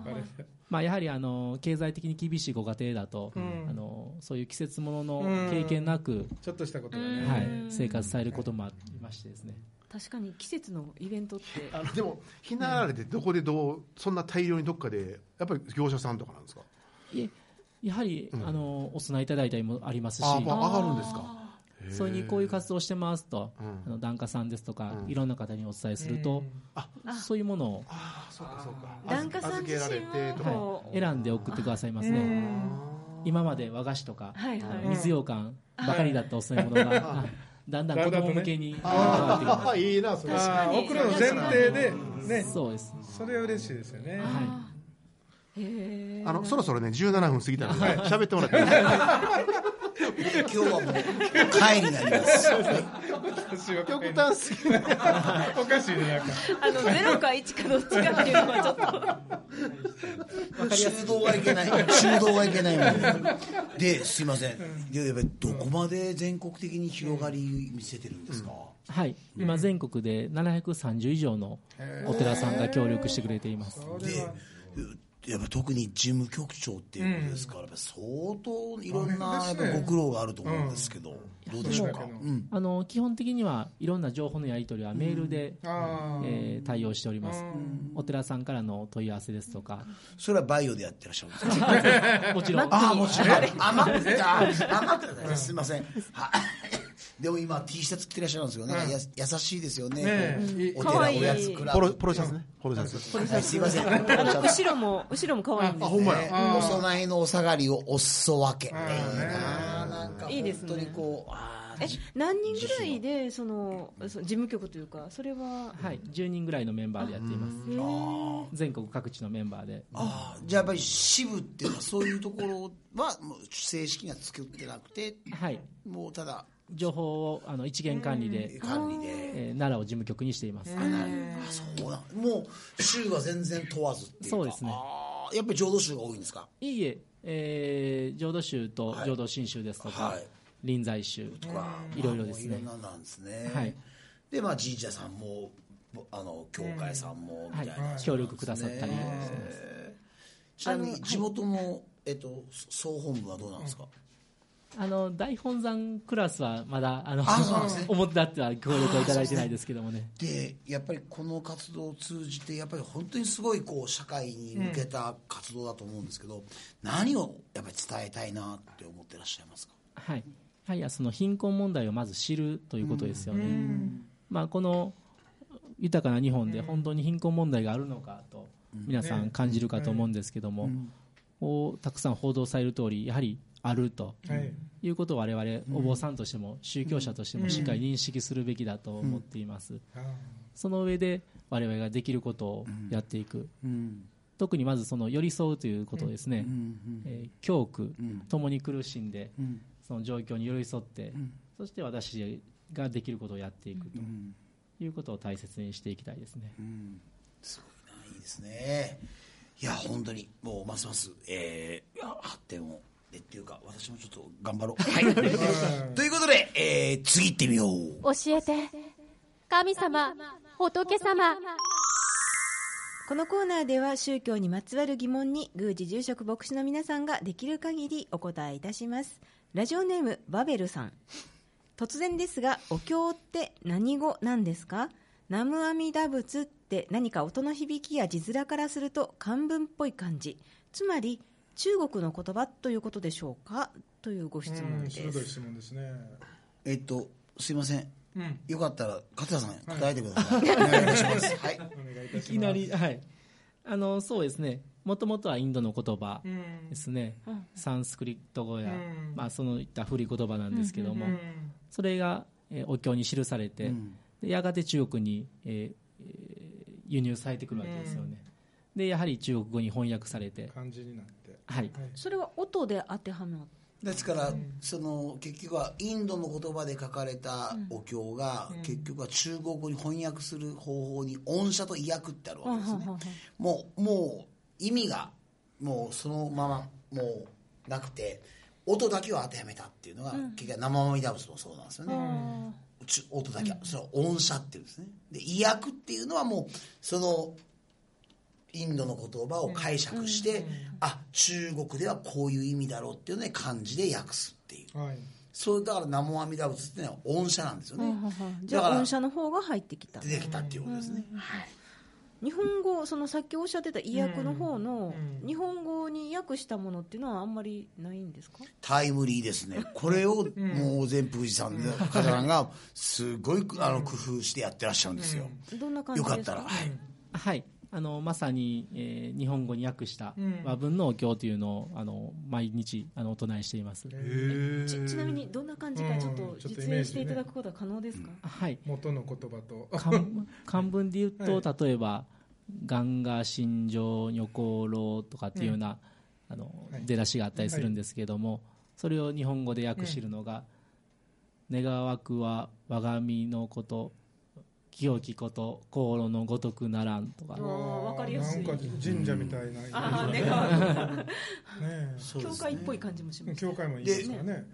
[SPEAKER 4] はいはい
[SPEAKER 5] まあ、やはりあの経済的に厳しいご家庭だと、あのそういう季節物のの経験なく、
[SPEAKER 3] ちょっとしたことがね
[SPEAKER 5] はい、生活されることもありましてですね
[SPEAKER 4] 確かに季節のイベントって
[SPEAKER 2] あのでも、ひなあれでどこでどう、そんな大量にどっかで、やっぱり業者さんとかなんですか、
[SPEAKER 5] いえやはり、あのお供えいただいたりもありますし
[SPEAKER 2] あ、まあ、上がるんですか、
[SPEAKER 5] それにこういう活動をしてますと、
[SPEAKER 2] ん
[SPEAKER 5] あの檀家さんですとか、いろんな方にお伝えすると、そういうものを、
[SPEAKER 2] あそうかそうか、
[SPEAKER 4] 檀家さん自身
[SPEAKER 2] 預けられてとか、
[SPEAKER 4] も
[SPEAKER 5] はい、選んで送ってくださいますね今まで和菓子とか、
[SPEAKER 4] はいはい
[SPEAKER 5] あの水羊羹ばかりだったお供え物が、だんだん子供向けに変わって
[SPEAKER 2] あいいな、それ、
[SPEAKER 3] あー送るの前提でね
[SPEAKER 5] いくそうです
[SPEAKER 3] それは嬉しいですよね
[SPEAKER 5] は
[SPEAKER 4] へえ
[SPEAKER 2] あのそろそろね、17分過ぎたので、喋ってもらっていいですか、
[SPEAKER 1] 今日はもう帰りになり ます
[SPEAKER 3] 私は
[SPEAKER 2] 極端すぎる、
[SPEAKER 3] おかしいねなんか
[SPEAKER 4] あのゼロか一かどっちかっていうのはちょっと
[SPEAKER 1] 修道はいけない修道はいけないもんですいませんでやっぱりどこまで全国的に広がり見せてるんですか、
[SPEAKER 5] い、はい、今全国で730以上のお寺さんが協力してくれています
[SPEAKER 1] でやっぱ特に事務局長っていうことですから、やっぱ相当いろんなやっ
[SPEAKER 3] 大変ですね
[SPEAKER 1] ぱご苦労があると思うんですけど、どうでしょうか、
[SPEAKER 3] そうだけ
[SPEAKER 1] うん
[SPEAKER 5] あの基本的にはいろんな情報のやり取りはメールで、
[SPEAKER 3] あー
[SPEAKER 5] えー対応しております、お寺さんからの問い合わせですとか、
[SPEAKER 1] それはバイオでやってらっしゃるんですか
[SPEAKER 5] もちろん、
[SPEAKER 1] ああ、もちろん。甘くて、あ甘くて、すいません。はい でも今 T シャツ着てらっしゃるんですよね。や優しいですよね。
[SPEAKER 3] ね
[SPEAKER 1] お
[SPEAKER 4] か
[SPEAKER 1] 寺
[SPEAKER 4] わ
[SPEAKER 1] お
[SPEAKER 4] いい
[SPEAKER 1] やつクラ
[SPEAKER 2] ポロ
[SPEAKER 1] ブ。
[SPEAKER 2] ポロシャツね、ポロシャツ、
[SPEAKER 1] はいすいません。お
[SPEAKER 4] あ の後ろも後ろも可愛いんです、ね、
[SPEAKER 1] 供えのお下がりをお裾分け。いいなあなんか
[SPEAKER 4] いいで
[SPEAKER 1] 本
[SPEAKER 4] すね
[SPEAKER 1] 当にこう、ああ
[SPEAKER 4] え何人ぐらいでそのその事務局というかそれは
[SPEAKER 5] はい、10人ぐらいのメンバーでやっていま
[SPEAKER 4] へ
[SPEAKER 5] す、
[SPEAKER 4] ー
[SPEAKER 5] 全国各地のメンバーで、
[SPEAKER 1] ああじゃあやっぱり支部っていうかそういうところはもう正式には作ってなくて、
[SPEAKER 5] はい、
[SPEAKER 1] もうただ
[SPEAKER 5] 情報をあの一元管理で、
[SPEAKER 1] 管理で。
[SPEAKER 5] えー奈良を事務局にしています、
[SPEAKER 1] あそうなんもう州が全然問わずっていうか
[SPEAKER 5] そうですね
[SPEAKER 1] あーやっぱり浄土宗が多いんですか
[SPEAKER 5] いいええー浄土宗と浄土真宗ですとか、
[SPEAKER 1] はい
[SPEAKER 5] 臨済宗、
[SPEAKER 1] わあ
[SPEAKER 5] いろいろです
[SPEAKER 1] もう
[SPEAKER 5] ね
[SPEAKER 1] いろんななんですね、
[SPEAKER 5] はい
[SPEAKER 1] でまあ神社さんもぼあの教会さんもみた
[SPEAKER 5] はいい
[SPEAKER 1] な、、
[SPEAKER 5] 協力くださったりしてます、
[SPEAKER 1] ちなみ
[SPEAKER 4] あの
[SPEAKER 1] に地元の、えっと、総本部はどうなんですか、
[SPEAKER 5] あの大本山クラスはまだあの
[SPEAKER 1] あそうなんですね
[SPEAKER 5] 表立っては協力はいただいてないですけどもね。
[SPEAKER 1] でやっぱりこの活動を通じてやっぱり本当にすごいこう社会に向けた活動だと思うんですけど、何をやっぱり伝えたいなって思ってらっしゃいますか
[SPEAKER 5] はい、やはりその貧困問題をまず知るということですよね、まあ、この豊かな日本で本当に貧困問題があるのかと皆さん感じるかと思うんですけども、をたくさん報道される通りやはりあると
[SPEAKER 3] はい
[SPEAKER 5] いうことを我々お坊さんとしても宗教者としてもしっかり認識するべきだと思っています、
[SPEAKER 3] あ
[SPEAKER 5] その上で我々ができることをやっていく、
[SPEAKER 1] うん
[SPEAKER 5] 特にまずその寄り添うということですね、
[SPEAKER 1] うん
[SPEAKER 5] えー教区
[SPEAKER 1] ん
[SPEAKER 5] 共に苦しんで
[SPEAKER 1] うん
[SPEAKER 5] その状況に寄り添って、そして私ができることをやっていくと
[SPEAKER 1] ん
[SPEAKER 5] いうことを大切にしていきたいですね、
[SPEAKER 1] いいですねいや本当にもうますます、えーいや発展をでっていうか私もちょっ と頑張ろうはいということで、えー次行ってみよう
[SPEAKER 6] 教えて神様仏様
[SPEAKER 4] このコーナーでは宗教にまつわる疑問に宮司住職牧師の皆さんができる限りお答えいたしますラジオネームバベルさん突然ですがお経って何語なんですか南無阿弥陀仏って何か音の響きや字面からすると漢文っぽい感じつまり中国の言葉ということでしょうかというご質問
[SPEAKER 3] うん
[SPEAKER 4] で
[SPEAKER 3] 鋭い
[SPEAKER 4] す
[SPEAKER 3] 質問ですね
[SPEAKER 1] えっとすいません
[SPEAKER 3] うん
[SPEAKER 1] よかったら桂さん答えてください、お願いいたしますはい
[SPEAKER 3] お願いい
[SPEAKER 5] い
[SPEAKER 3] たします
[SPEAKER 5] きなり、はい、あのそうですねもともとはインドの言葉
[SPEAKER 3] うん
[SPEAKER 5] ですね、
[SPEAKER 4] ん
[SPEAKER 5] サンスクリット語や、
[SPEAKER 3] うん
[SPEAKER 5] まあ、そのいった古い言葉なんですけども、
[SPEAKER 3] うん
[SPEAKER 5] それが、えーお経に記されて、でやがて中国に、えーえー輸入されてくるわけですよね、でやはり中国語に翻訳されて、
[SPEAKER 3] 感じになって
[SPEAKER 5] はい、
[SPEAKER 4] それは音で当てはまっ
[SPEAKER 1] ですから、その結局はインドの言葉で書かれたお経が、結局は中国語に翻訳する方法に音写と意訳ってあるわけですね、もうもう意味がもうそのままもうなくて音だけを当てはめたっていうのが、結局は生身ダブスもそうなんですよね、ち音だけ、それは音写っていうんですねで意訳っていうのはもうそのインドの言葉を解釈して、あ中国ではこういう意味だろうっていうので漢字で訳すっていう
[SPEAKER 3] はい
[SPEAKER 1] そうだから南無阿弥陀仏っていうのは音写なんですよね、
[SPEAKER 4] たじゃ
[SPEAKER 1] だか
[SPEAKER 4] あ
[SPEAKER 1] ら
[SPEAKER 4] 音社の方が入ってきた
[SPEAKER 1] 出てきたっていうことですね、はい
[SPEAKER 4] 日本語そのさっきおっしゃってた意訳の方の
[SPEAKER 3] うんうん
[SPEAKER 4] 日本語に訳したものっていうのはあんまりないんですか
[SPEAKER 1] タイムリーです ねこれをもう全福寺さんの方々がすごいあの工夫してやってらっしゃるんですよ、
[SPEAKER 4] どんな感じ
[SPEAKER 1] よ
[SPEAKER 4] です
[SPEAKER 1] かったら、
[SPEAKER 4] か
[SPEAKER 1] はい
[SPEAKER 5] はい、あのまさに、えー日本語に訳した和文のお経というのをあの毎日あのお唱えしていま
[SPEAKER 4] ち
[SPEAKER 5] す、
[SPEAKER 4] ちなみにどんな感じかちょっ
[SPEAKER 3] う
[SPEAKER 4] と
[SPEAKER 3] んちょっとイ
[SPEAKER 4] 実
[SPEAKER 3] メー
[SPEAKER 4] 演
[SPEAKER 3] ジ
[SPEAKER 4] し
[SPEAKER 3] ね
[SPEAKER 4] ていただくことは可能ですか、
[SPEAKER 5] はい、
[SPEAKER 3] 元の言葉とあ
[SPEAKER 5] 漢漢文で言うと、例えば「ガンガ心情女功労」とかっていうような、あの
[SPEAKER 3] はい
[SPEAKER 5] 出だしがあったりするんですけども、それを日本語で訳しているのが「願わくは我が身のこと清きこと航路のごとくならん」とか、
[SPEAKER 4] あーわかりやすい
[SPEAKER 3] なんか神社みたいなね
[SPEAKER 4] ああ願わ
[SPEAKER 3] え
[SPEAKER 1] そう
[SPEAKER 4] 教
[SPEAKER 1] です
[SPEAKER 4] 会っぽい感じもします
[SPEAKER 3] 教会もいいですよね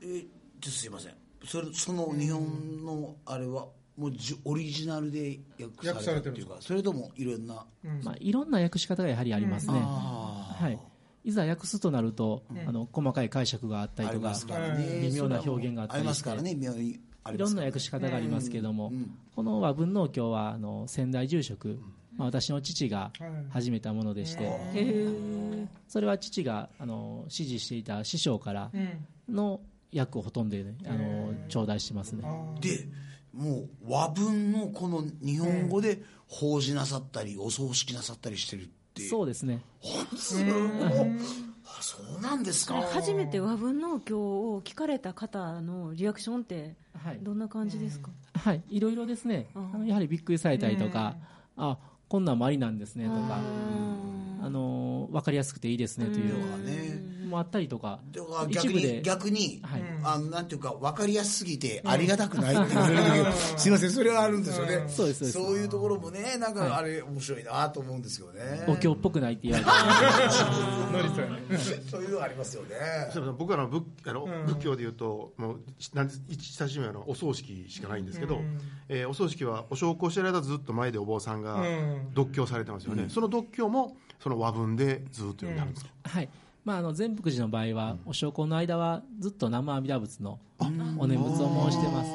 [SPEAKER 1] えーちょっとすいませんそれその日本のあれはもうじオリジナルで訳されたっていうかそれともいろんな、
[SPEAKER 5] まあ、いろんな訳し方がやはりありますね。
[SPEAKER 1] あ
[SPEAKER 5] はいいざ訳すとなると、あの細かい解釈があった
[SPEAKER 1] ー
[SPEAKER 5] り
[SPEAKER 1] あり
[SPEAKER 5] とか
[SPEAKER 1] ますからね
[SPEAKER 5] 微妙な表現があった
[SPEAKER 1] ありま
[SPEAKER 5] り
[SPEAKER 1] す
[SPEAKER 5] し
[SPEAKER 1] から
[SPEAKER 5] て
[SPEAKER 1] ね微妙にあり
[SPEAKER 5] い
[SPEAKER 1] ま
[SPEAKER 5] ろ
[SPEAKER 1] す
[SPEAKER 5] ん
[SPEAKER 1] から
[SPEAKER 5] な
[SPEAKER 1] ね
[SPEAKER 5] 訳し方がありますけども、この和文の経はあの仙台住職、まあ、私の父が始めたものでして、それは父があの支持していた師匠からの訳をほとんど、ね、あの頂戴してますね。
[SPEAKER 1] でもう和文のこの日本語で報じなさったりお葬式なさったりしてるって
[SPEAKER 5] そうですね
[SPEAKER 1] すごいあそうなんですか
[SPEAKER 4] 初めて和文のお経を聞かれた方のリアクションって
[SPEAKER 5] はい
[SPEAKER 4] どんな感じですか、
[SPEAKER 5] はい、いろいろですね、あのやはりびっくりされたりとか、あこんなんもありなんですねとか、あの分かりやすくていいですねという、
[SPEAKER 1] ね
[SPEAKER 5] もあったりとか
[SPEAKER 1] だから、逆
[SPEAKER 5] 一部
[SPEAKER 1] に
[SPEAKER 5] で、
[SPEAKER 1] 逆に、
[SPEAKER 5] はい
[SPEAKER 1] あのなんていうか分かりやすすぎてありがたくないって言われる時すいませんそれはあるんですよね
[SPEAKER 5] そうですそうです
[SPEAKER 1] そういうところもねなんかあれ面白いなと思うんですよね
[SPEAKER 5] お経っぽくないって言われて。
[SPEAKER 3] ノリとやね
[SPEAKER 1] そういうのありますよね
[SPEAKER 2] すみません僕らの仏あの仏教でいうともうなんで一親しみなのはお葬式しかないんですけど、えーお葬式はお焼香してる間ずっと前でお坊さんが
[SPEAKER 3] うん
[SPEAKER 2] 読経されてますよね、その読経もその和文でずっと読んであるんですか、
[SPEAKER 5] はいまあ、あの全福寺の場合は、お焼香の間はずっと生阿弥陀仏のお念仏を申してます、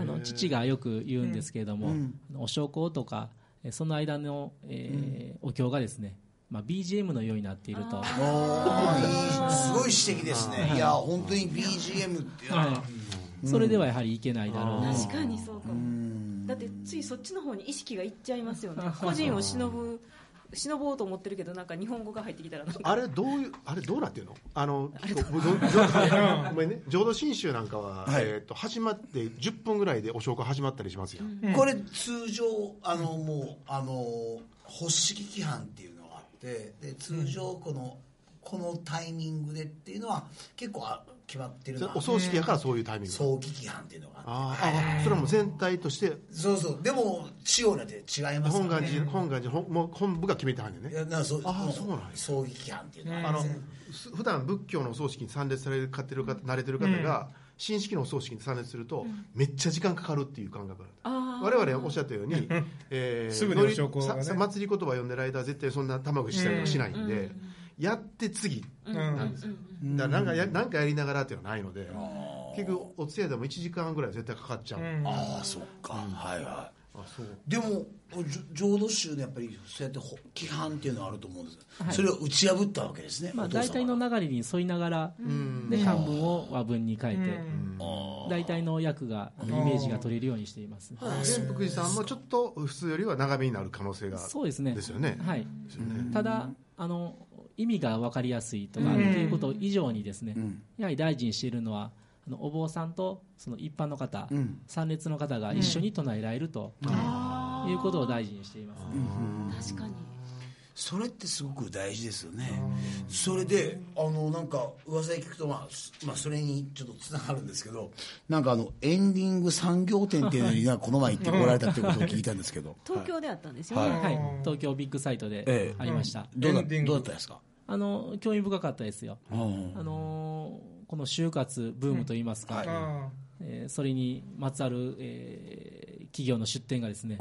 [SPEAKER 5] あの父がよく言うんですけれども、あのお焼香とかえその間の、えーお経がですね、まあ、BGM のようになっていると
[SPEAKER 1] あーいいすごい指摘ですねいや本当に BGM っていうのは
[SPEAKER 5] はいそれではやはりいけないだろうと
[SPEAKER 4] 確かにそうかも、だってついそっちの方に意識がいっちゃいますよね個人を忍ぶ忍ぼうと思ってるけどなんか日本語が入ってきたらなんか
[SPEAKER 7] あれどういうあれどうなっていうの？あのごぞごめんね浄土真宗なんかは、
[SPEAKER 1] はい
[SPEAKER 7] えーっと始まって10分ぐらいでお消化始まったりしますよ。
[SPEAKER 1] これ通常あのもうあの発式規範っていうのがあってで通常この、このタイミングでっていうのは結構あ決まってる
[SPEAKER 7] それ
[SPEAKER 1] な
[SPEAKER 7] お葬式やからそういうタイミング。
[SPEAKER 1] 早期規範っていうのがあって
[SPEAKER 7] あーあそれはもう全体として
[SPEAKER 1] そうそうでも地方なんて違います
[SPEAKER 7] 本
[SPEAKER 1] から
[SPEAKER 7] 願
[SPEAKER 1] ね
[SPEAKER 7] 寺本願寺本もう本部が決めてはんねん
[SPEAKER 1] い
[SPEAKER 7] ね。
[SPEAKER 1] やなそう
[SPEAKER 7] あー
[SPEAKER 1] も
[SPEAKER 7] そうなんや
[SPEAKER 1] 葬儀規範っていうのは
[SPEAKER 7] あ
[SPEAKER 1] あ
[SPEAKER 7] の
[SPEAKER 1] の
[SPEAKER 7] す普段仏教のお葬式に参列される方慣れてる方が、新式のお葬式に参列すると、めっちゃ時間かかるっていう感覚なんだ
[SPEAKER 4] あー
[SPEAKER 7] 我々おっしゃったように、え
[SPEAKER 3] すぐにお焼香がね
[SPEAKER 7] ささ祭り言葉読んでる間は絶対そんな玉串したりはしないんで、やって次
[SPEAKER 3] うん
[SPEAKER 7] なんですよ、だからなんかやなんかやりながらっていうのはないので結局お通夜でも1時間ぐらい絶対かかっちゃう、
[SPEAKER 3] うん
[SPEAKER 1] あーそっか、はいはい
[SPEAKER 7] あそう
[SPEAKER 1] でもじょ浄土宗のやっぱりそうやってほ規範っていうのはあると思うんです、それを打ち破ったわけですね、
[SPEAKER 5] まあ、
[SPEAKER 1] お父
[SPEAKER 5] 大
[SPEAKER 1] 様
[SPEAKER 5] 体の流れに沿いながら、で漢文を和文に変えて、大体の訳がイメージが取れるようにしています、
[SPEAKER 7] 全福寺さんもちょっと普通よりは長めになる可能性が
[SPEAKER 5] そうですね
[SPEAKER 7] ですよね
[SPEAKER 5] はい、
[SPEAKER 7] ですよね
[SPEAKER 5] ただあの意味が分かりやすいとかっていうこと以上にですね、やはり大事にしているのはあのお坊さんとその一般の方、参列の方が一緒に唱えられると、いうことを大事にしています、
[SPEAKER 4] 確かに
[SPEAKER 1] それってすごく大事ですよねそれであのなんか噂で聞くと、まあすまあ、それにちょっとつながるんですけどなんかあのエンディング産業展っていうのになんかこの前行ってこられたっていうことを聞いたんですけど
[SPEAKER 4] 東京であったんですよね、
[SPEAKER 5] はい、東京ビッグサイト
[SPEAKER 1] ええ
[SPEAKER 5] でありました、
[SPEAKER 1] どうだ
[SPEAKER 3] エンディング
[SPEAKER 1] どうだったですか、
[SPEAKER 5] あの興味深かったですよ、
[SPEAKER 1] うん
[SPEAKER 5] あのーこの就活ブームといいますか、
[SPEAKER 3] あ
[SPEAKER 5] えーそれにまつわる、えー企業の出展がですね、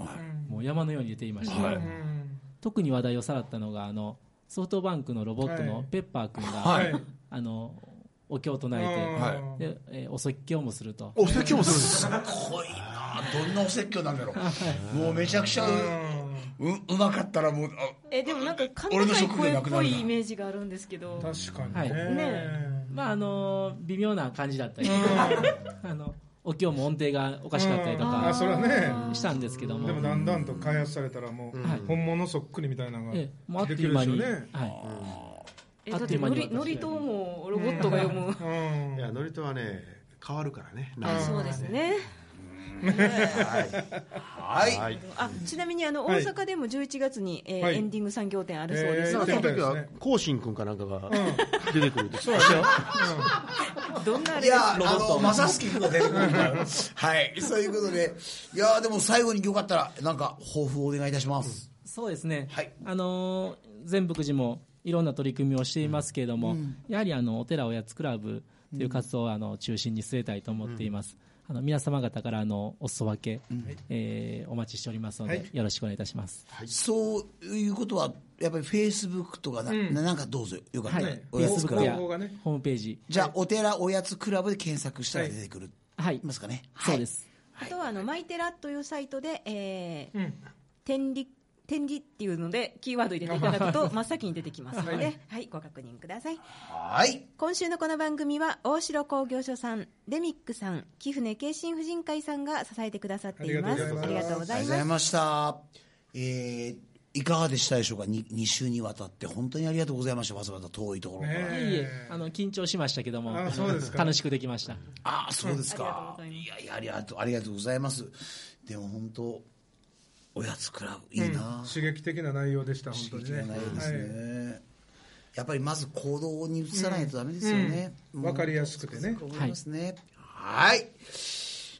[SPEAKER 5] もう山のように出ていまして、
[SPEAKER 3] ーうん
[SPEAKER 5] 特に話題をさらったのがあのソフトバンクのロボット
[SPEAKER 3] は
[SPEAKER 5] の
[SPEAKER 3] い
[SPEAKER 5] ペッパー君が、
[SPEAKER 3] はい
[SPEAKER 5] あのお経を唱えて、
[SPEAKER 3] はい
[SPEAKER 5] でえーお説教もすると
[SPEAKER 7] お説教もするんです
[SPEAKER 1] すごいなどんなお説教なんだろうもうめちゃくちゃううまかったらもうあ
[SPEAKER 4] えでもなんか甲
[SPEAKER 1] 俺の
[SPEAKER 4] 高い
[SPEAKER 1] 職業
[SPEAKER 4] 声
[SPEAKER 1] な
[SPEAKER 4] っ
[SPEAKER 1] くな
[SPEAKER 4] ぽ
[SPEAKER 1] るない
[SPEAKER 4] イメージがあるんですけど
[SPEAKER 3] 確かに
[SPEAKER 5] はい
[SPEAKER 3] ね
[SPEAKER 4] ね
[SPEAKER 5] まああの微妙な感じだったりとか、 あのお経も音程がおかしかったりと
[SPEAKER 3] あそ
[SPEAKER 5] か
[SPEAKER 3] れはね
[SPEAKER 5] したんですけども
[SPEAKER 3] でもだんだんと開発されたらもう本物そっくりみたいなのが
[SPEAKER 5] ええもうあっ
[SPEAKER 3] 出
[SPEAKER 5] と
[SPEAKER 3] て
[SPEAKER 5] い
[SPEAKER 3] く
[SPEAKER 5] う
[SPEAKER 3] るで
[SPEAKER 5] 間
[SPEAKER 3] しょう
[SPEAKER 5] に、
[SPEAKER 3] ね
[SPEAKER 5] はい、
[SPEAKER 4] えだ
[SPEAKER 5] あっ
[SPEAKER 4] っ
[SPEAKER 5] とい
[SPEAKER 4] て
[SPEAKER 5] う間に
[SPEAKER 4] の
[SPEAKER 5] 渡し
[SPEAKER 4] り
[SPEAKER 5] て
[SPEAKER 4] のりともロボットが読む
[SPEAKER 3] うん
[SPEAKER 7] いやノリとはね変わるからねなんか
[SPEAKER 4] そうですね
[SPEAKER 1] はい、
[SPEAKER 7] はい
[SPEAKER 4] あちなみにあの大阪でも11月に、えー
[SPEAKER 3] はい
[SPEAKER 4] エンディング産業展あるそうです
[SPEAKER 3] えー
[SPEAKER 4] の
[SPEAKER 7] そ
[SPEAKER 4] で
[SPEAKER 7] の、時
[SPEAKER 3] そうです
[SPEAKER 7] は
[SPEAKER 3] ね
[SPEAKER 7] こうしんくんかなんかが出てくるそう
[SPEAKER 4] どんなあ
[SPEAKER 1] い
[SPEAKER 4] れ
[SPEAKER 1] や、あの、まさしきが出てくるから。はい。そういうことで。いや、でも最後によかったら、なんか、抱負をお願いいたします。
[SPEAKER 5] そうですね、
[SPEAKER 1] はい
[SPEAKER 5] あのー善福寺もいろんな取り組みをしていますけれども、やはりあのお寺おやつクラブという活動をあの中心に据えたいと思っています、あの皆様方からあのお裾分け、えーお待ちしておりますので、よろしくお願いいたします、
[SPEAKER 1] そういうことは、やっぱり Facebook とかな、なんかどうぞよかったら。
[SPEAKER 5] はい
[SPEAKER 1] おやつクラ
[SPEAKER 5] Facebook や
[SPEAKER 1] ブ。
[SPEAKER 3] 方法がね
[SPEAKER 5] ホームページ
[SPEAKER 1] じゃあ、お寺おやつクラブで検索したら出てくる。
[SPEAKER 5] はい
[SPEAKER 1] いますかね。。
[SPEAKER 5] そうですす
[SPEAKER 4] あとはあのマイテラというサイトで、えー
[SPEAKER 3] ん
[SPEAKER 4] 天理天理っていうのでキーワード入れていただく と真っ先に出てきますので、はい、ご確認ください。
[SPEAKER 1] はい。
[SPEAKER 4] 今週のこの番組は大城工業所さん、デミックさん、貴船慶心婦人会さんが支えてくださっています。あ
[SPEAKER 3] ありが
[SPEAKER 4] りが
[SPEAKER 1] あり
[SPEAKER 3] とうご
[SPEAKER 4] とうござい
[SPEAKER 1] がとうござい
[SPEAKER 4] ます。
[SPEAKER 1] ました。えー、いかがでしたでしょうか 2, 二週にわたって本当にありがとうございましたわざわざ遠いところから、
[SPEAKER 5] い
[SPEAKER 3] ね
[SPEAKER 5] えいえあの緊張しましたけども
[SPEAKER 3] あそうですか
[SPEAKER 5] 楽しくできました
[SPEAKER 1] ああそうですか、
[SPEAKER 4] うんありが
[SPEAKER 1] い
[SPEAKER 4] とうございます
[SPEAKER 1] やいやありがとうありがとうございますでも本当おやつクラブいいな、
[SPEAKER 3] 刺激的な内容でした本当
[SPEAKER 1] 刺
[SPEAKER 3] に
[SPEAKER 1] 激
[SPEAKER 3] ね
[SPEAKER 1] がないです
[SPEAKER 3] はい
[SPEAKER 1] ね、やっぱりまず行動に移さないとダメですよね、
[SPEAKER 3] うんわかりやすくてね
[SPEAKER 1] そう思いますねはい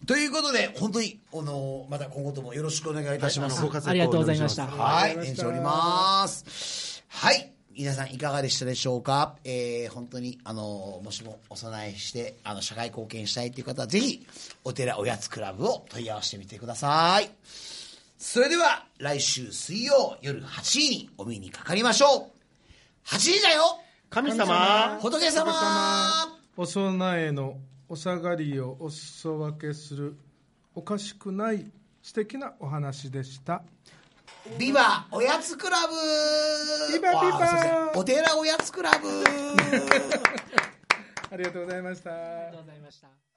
[SPEAKER 1] ということで本当にあのまた今後ともよろしくお願いいたします、
[SPEAKER 5] ありがとうございました
[SPEAKER 1] はい、
[SPEAKER 3] わかりま
[SPEAKER 1] 延
[SPEAKER 3] した
[SPEAKER 1] 長おります。はい。皆さんいかがでしたでしょうか、えー、本当に、あの、もしもお供えして、あの、社会貢献したいという方は、ぜひ、お寺おやつクラブを問い合わせてみてください。それでは、来週水曜夜8時にお目にかかりましょう。8時だよ
[SPEAKER 7] 神様
[SPEAKER 1] 仏様
[SPEAKER 3] お供えのお下がりをお裾分けするおかしくない素敵なお話でした
[SPEAKER 1] ビバおやつクラブ
[SPEAKER 3] ビバビバ
[SPEAKER 1] わあすいませんお寺おやつクラブ
[SPEAKER 3] ありがとうございました
[SPEAKER 5] ありがとうございました